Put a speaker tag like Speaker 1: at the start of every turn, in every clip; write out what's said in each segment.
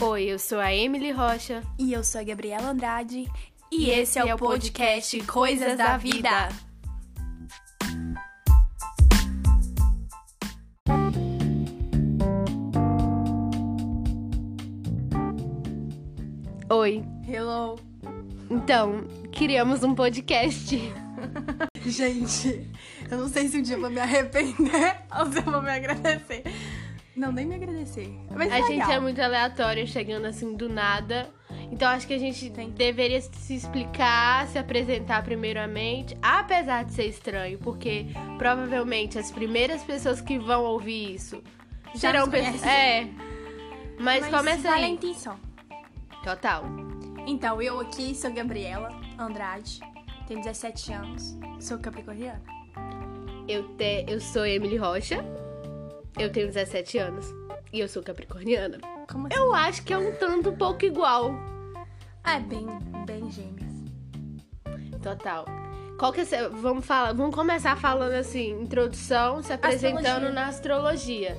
Speaker 1: Oi, eu sou a Emily Rocha
Speaker 2: E eu sou a Gabriela Andrade. E, esse é o podcast Coisas da Vida.
Speaker 1: Oi,
Speaker 2: Hello.
Speaker 1: então, criamos um podcast.
Speaker 2: Gente, eu não sei se um dia eu vou me arrepender ou se eu vou me agradecer. Não, nem me agradecer. Mas
Speaker 1: A gente é muito aleatório, chegando assim do nada. Então acho que a gente
Speaker 2: Sim.
Speaker 1: deveria se explicar, se apresentar primeiramente, apesar de ser estranho, porque provavelmente as primeiras pessoas que vão ouvir isso
Speaker 2: Já
Speaker 1: serão
Speaker 2: nos
Speaker 1: pessoas.
Speaker 2: conhecem.
Speaker 1: É. Mas, começa
Speaker 2: vale a
Speaker 1: aí.
Speaker 2: intenção.
Speaker 1: Total.
Speaker 2: Então, eu aqui sou Gabriela Andrade, tenho 17 anos, sou capricorniana.
Speaker 1: Eu, te... eu sou Emily Rocha, eu tenho 17 anos e eu sou capricorniana.
Speaker 2: Como assim?
Speaker 1: Eu acho que é um tanto pouco igual.
Speaker 2: Ah, é bem, bem gêmeas.
Speaker 1: Total. Qual que é, seu- vamos falar, vamos começar falando assim, introdução, se apresentando
Speaker 2: Astrologia.
Speaker 1: na astrologia.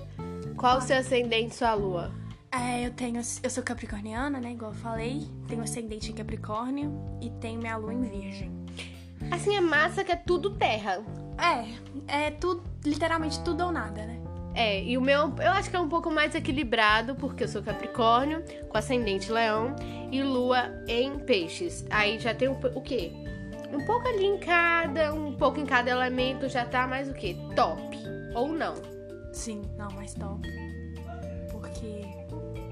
Speaker 1: Qual o seu ascendente, sua lua?
Speaker 2: É, eu tenho. Eu sou capricorniana, né? Igual eu falei. Tenho ascendente em Capricórnio e tenho minha lua em Virgem.
Speaker 1: Assim é massa que é tudo terra.
Speaker 2: É, é tudo. Literalmente tudo ou nada, né?
Speaker 1: É, e o meu, eu acho que é um pouco mais equilibrado, porque eu sou Capricórnio, com ascendente Leão e Lua em Peixes. Aí já tem um, p- o quê? Um pouco ali em cada, um pouco em cada elemento, já tá mais o quê? Top. Ou não.
Speaker 2: Sim, não, mas top. Porque.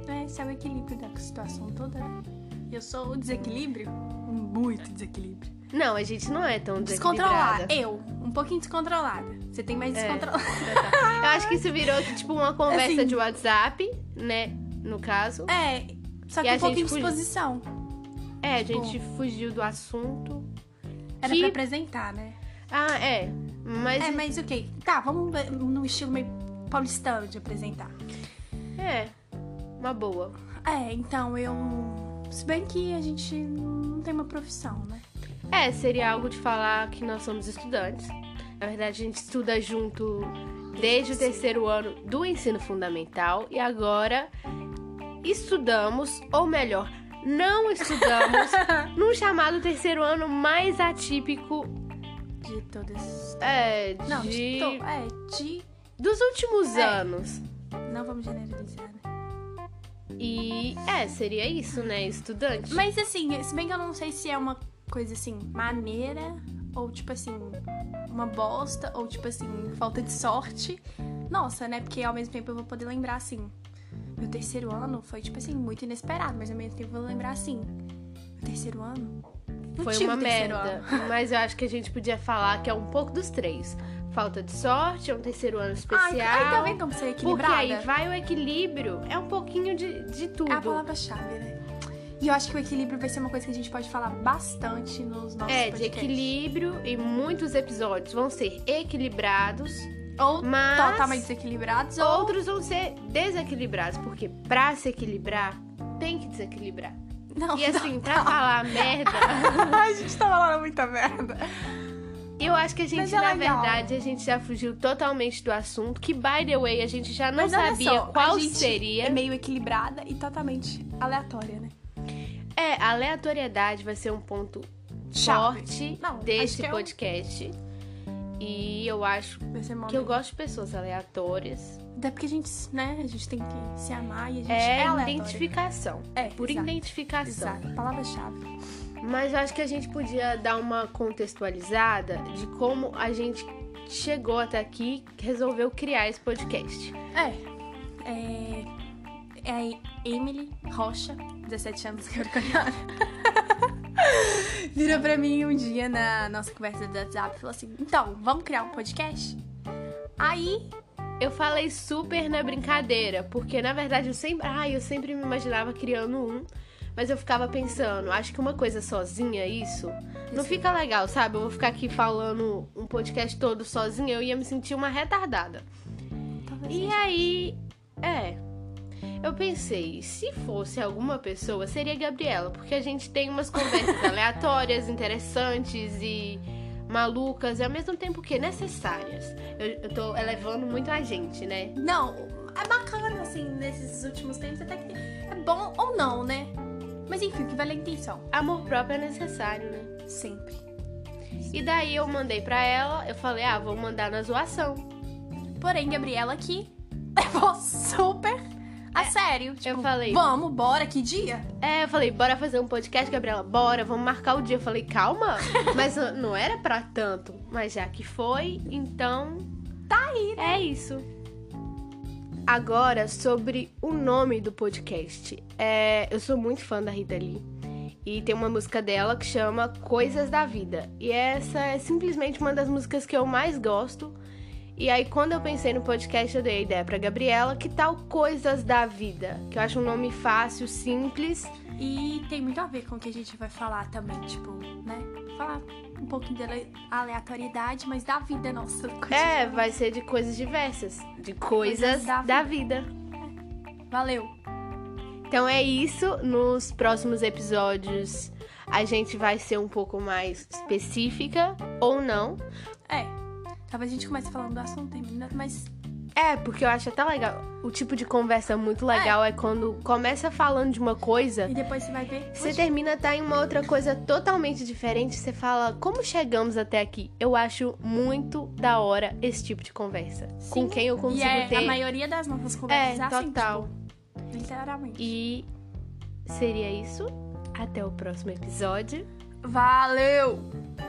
Speaker 2: É, esse é o equilíbrio da situação toda, né? E eu sou o desequilíbrio? Um Muito desequilíbrio.
Speaker 1: Não, a gente não é tão
Speaker 2: Descontrolada.
Speaker 1: desequilibrada.
Speaker 2: Eu, um pouquinho descontrolada. Você tem mais
Speaker 1: É.
Speaker 2: descontrolada.
Speaker 1: Eu acho que isso virou tipo uma conversa
Speaker 2: Assim.
Speaker 1: de WhatsApp, né? No caso.
Speaker 2: É, só que
Speaker 1: E a
Speaker 2: um
Speaker 1: gente
Speaker 2: pouquinho de
Speaker 1: fugiu.
Speaker 2: exposição.
Speaker 1: É, a
Speaker 2: tipo-
Speaker 1: gente fugiu do assunto.
Speaker 2: Era
Speaker 1: Que-
Speaker 2: pra apresentar, né?
Speaker 1: Ah, é. Mas
Speaker 2: É, mas ok. Tá, vamos ver no estilo meio paulistano de apresentar.
Speaker 1: é. Uma boa.
Speaker 2: É, então eu. Se bem que a gente não tem uma profissão, né?
Speaker 1: É, seria algo de falar que nós somos estudantes. Na verdade, a gente estuda junto desde o terceiro ano do ensino fundamental e agora estudamos, ou melhor, não estudamos, num chamado terceiro ano mais atípico
Speaker 2: De todas.
Speaker 1: é,
Speaker 2: Não, de.
Speaker 1: de-
Speaker 2: to- É, de.
Speaker 1: dos últimos
Speaker 2: É.
Speaker 1: anos.
Speaker 2: Não vamos generalizar, né?
Speaker 1: E é, seria isso, né? Estudante.
Speaker 2: Mas assim, se bem que eu não sei se é uma coisa assim, maneira, ou tipo assim, uma bosta, ou tipo assim, falta de sorte. Nossa, né? Porque ao mesmo tempo eu vou poder lembrar assim. Meu terceiro ano foi, tipo assim, muito inesperado, mas ao mesmo tempo eu vou lembrar assim. Meu terceiro ano? Não
Speaker 1: Foi
Speaker 2: tive
Speaker 1: uma
Speaker 2: terceiro
Speaker 1: merda.
Speaker 2: ano.
Speaker 1: Mas eu acho que a gente podia falar que é um pouco dos três. Falta de sorte, é um terceiro ano especial.
Speaker 2: Ai, ai, tá vendo como você é
Speaker 1: porque
Speaker 2: equilibrada?
Speaker 1: aí vai o equilíbrio. É um pouquinho de, de tudo.
Speaker 2: É a palavra-chave, né? E eu acho que o equilíbrio vai ser uma coisa que a gente pode falar bastante nos nossos
Speaker 1: é, de
Speaker 2: podcasts.
Speaker 1: equilíbrio e muitos episódios vão ser equilibrados,
Speaker 2: Ou
Speaker 1: mas
Speaker 2: totalmente desequilibrados, ou...
Speaker 1: outros vão ser desequilibrados, porque pra se equilibrar tem que desequilibrar.
Speaker 2: Não,
Speaker 1: E assim, pra falar merda,
Speaker 2: a gente tá falando muita merda.
Speaker 1: eu acho que a gente,
Speaker 2: Mas é
Speaker 1: na
Speaker 2: legal.
Speaker 1: verdade, a gente já fugiu totalmente do assunto, que by the way, a gente já não
Speaker 2: Mas olha
Speaker 1: sabia
Speaker 2: só,
Speaker 1: qual
Speaker 2: a gente
Speaker 1: seria.
Speaker 2: É meio equilibrada e totalmente aleatória, né?
Speaker 1: É, a aleatoriedade vai ser um ponto
Speaker 2: Chave.
Speaker 1: forte
Speaker 2: Não, acho que
Speaker 1: desse
Speaker 2: é um-
Speaker 1: podcast. E eu acho
Speaker 2: Vai ser mó
Speaker 1: que eu
Speaker 2: merda.
Speaker 1: gosto de pessoas aleatórias.
Speaker 2: Até porque a gente, né, a gente tem que se amar e a gente é,
Speaker 1: É,
Speaker 2: aleatória.
Speaker 1: identificação.
Speaker 2: É,
Speaker 1: Por
Speaker 2: exato.
Speaker 1: identificação.
Speaker 2: Exato, palavra-chave.
Speaker 1: Mas eu acho que a gente podia dar uma contextualizada de como a gente chegou até aqui, resolveu criar esse podcast.
Speaker 2: É. É... É a Emily Rocha, 17 anos, capricorniana. Virou pra mim um dia na nossa conversa do WhatsApp e falou assim, então, vamos criar um podcast? Aí,
Speaker 1: Eu falei super na brincadeira, porque na verdade eu sempre, ai, eu sempre me imaginava criando um, mas eu ficava pensando, acho que uma coisa sozinha isso não fica legal, sabe? Eu vou ficar aqui falando um podcast todo sozinha, eu ia me sentir uma retardada.
Speaker 2: talvez
Speaker 1: E
Speaker 2: seja-
Speaker 1: aí, é, eu pensei, se fosse alguma pessoa, seria a Gabriela, porque a gente tem umas conversas aleatórias, interessantes e malucas e ao mesmo tempo que necessárias. Eu, eu tô elevando muito a gente, né?
Speaker 2: Não, é bacana, assim, nesses últimos tempos, até que é bom ou não, né? Mas enfim, o que vale a intenção.
Speaker 1: Amor próprio é necessário, né?
Speaker 2: Sempre.
Speaker 1: E daí eu mandei pra ela, eu falei, ah, vou mandar na zoação.
Speaker 2: Porém, Gabriela aqui levou super a sério. Tipo,
Speaker 1: falei-
Speaker 2: Vamos, bora, que dia?
Speaker 1: É, eu falei, bora fazer um podcast, Gabriela, bora, vamos marcar o dia. Eu falei, calma, mas eu- não era pra tanto. Mas já que foi, então. Tá aí, né? É isso. Agora, sobre o nome do podcast. É, eu sou muito fã da Rita Lee. E tem uma música dela que chama Coisas da Vida. E essa é simplesmente uma das músicas que eu mais gosto. E aí, quando eu pensei no podcast, eu dei a ideia pra Gabriela. Que tal Coisas da Vida? Que eu acho um nome fácil, simples.
Speaker 2: E tem muito a ver com o que a gente vai falar também, tipo, né? Falar um pouquinho da aleatoriedade, mas da vida nossa. coisa.
Speaker 1: É, vai ser de coisas diversas. De coisas,
Speaker 2: então, Coisas da
Speaker 1: da, vida.
Speaker 2: Valeu.
Speaker 1: Então é isso. Nos próximos episódios a gente vai ser um pouco mais específica ou não.
Speaker 2: É. Talvez a gente comece falando do assunto, termina, mas
Speaker 1: É, porque eu acho até legal. O tipo de conversa muito legal é, quando começa falando de uma coisa.
Speaker 2: e depois você vai ver.
Speaker 1: Você termina tá em uma outra coisa totalmente diferente, você fala como chegamos até aqui. Eu acho muito da hora esse tipo de conversa. Com
Speaker 2: Sim.
Speaker 1: quem eu
Speaker 2: e
Speaker 1: consigo
Speaker 2: é,
Speaker 1: ter.
Speaker 2: a maioria das nossas conversas
Speaker 1: É,
Speaker 2: é assim,
Speaker 1: total.
Speaker 2: tipo, literalmente.
Speaker 1: E seria isso. Até o próximo episódio.
Speaker 2: Valeu!